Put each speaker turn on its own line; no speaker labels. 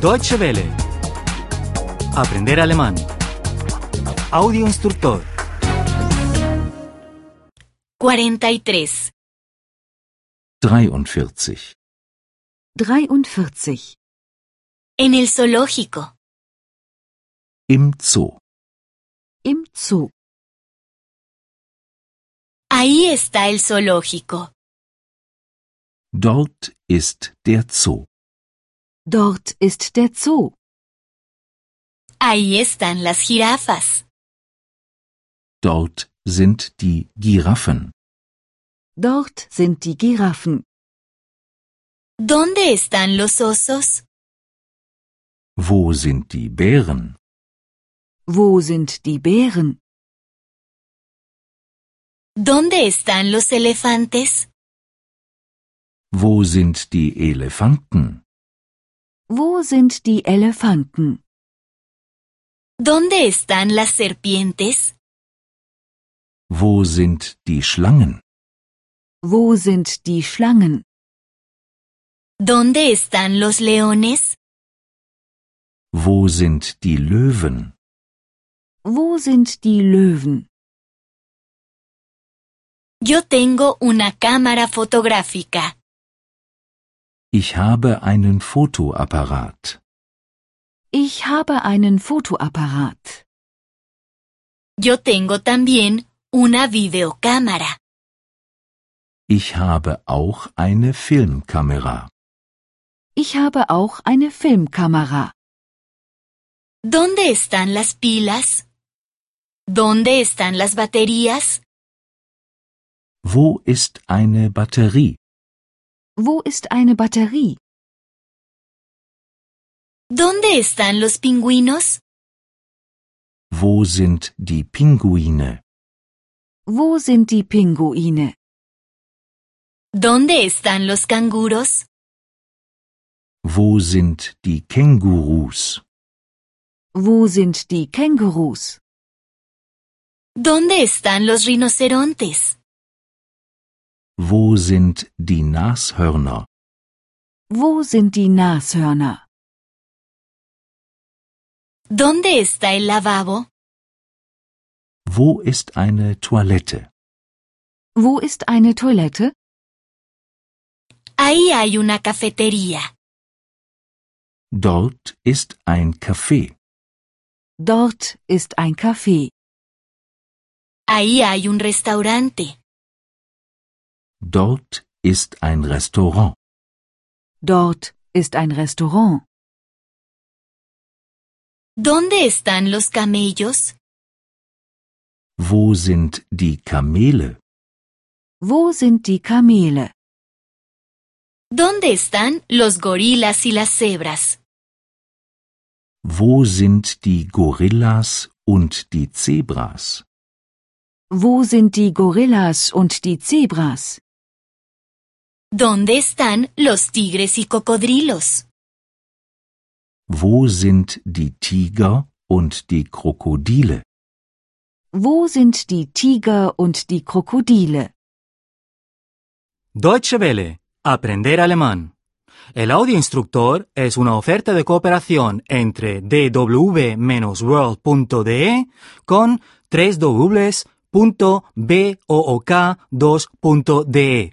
Deutsche Welle. Aprender alemán. Audio instructor.
43.
43.
43.
En el zoológico.
Im Zoo.
Im Zoo.
Ahí está el zoológico.
Dort ist der Zoo.
Dort ist der Zoo.
Ahí están las jirafas.
Dort sind die Giraffen.
Dort sind die Giraffen.
¿Dónde están los osos?
Wo sind die Bären?
Wo sind die Bären?
¿Dónde están los elefantes?
Wo sind die Elefanten?
Wo sind die Elefanten?
¿Dónde están las serpientes?
Wo sind die Schlangen?
Wo sind die Schlangen?
¿Dónde están los leones?
Wo sind die Löwen?
Wo sind die Löwen?
Yo tengo una cámara fotográfica.
Ich habe einen Fotoapparat.
Ich habe einen Fotoapparat.
Yo tengo también una videocámara.
Ich habe auch eine Filmkamera.
Ich habe auch eine Filmkamera.
¿Dónde están las pilas? ¿Dónde están las baterías?
Wo ist eine Batterie?
Wo ist eine Batterie?
¿Dónde están los pingüinos?
Wo sind die Pinguine?
Wo sind die Pinguine?
¿Dónde están los canguros?
Wo sind die Kängurus?
Wo sind die Kängurus?
¿Dónde están los rinocerontes?
Wo sind die Nashörner?
Wo sind die Nashörner?
¿Dónde está el lavabo?
Wo ist eine Toilette?
Wo ist eine Toilette?
Ahí hay una cafetería.
Dort ist ein Café.
Dort ist ein Café.
Ahí hay un restaurante.
Dort ist ein Restaurant.
Dort ist ein Restaurant.
¿Dónde están los camellos?
Wo sind die Kamele?
Wo sind die Kamele?
¿Dónde están los gorilas y las cebras?
Wo sind die Gorillas und die Zebras?
Wo sind die Gorillas und die Zebras?
¿Dónde están los tigres y cocodrilos?
Wo sind die Tiger und die Krokodile?
Wo sind die Tiger und die Krokodile?
Deutsche Welle. Aprender alemán. El audio instructor es una oferta de cooperación entre dw-world.de con 3 2de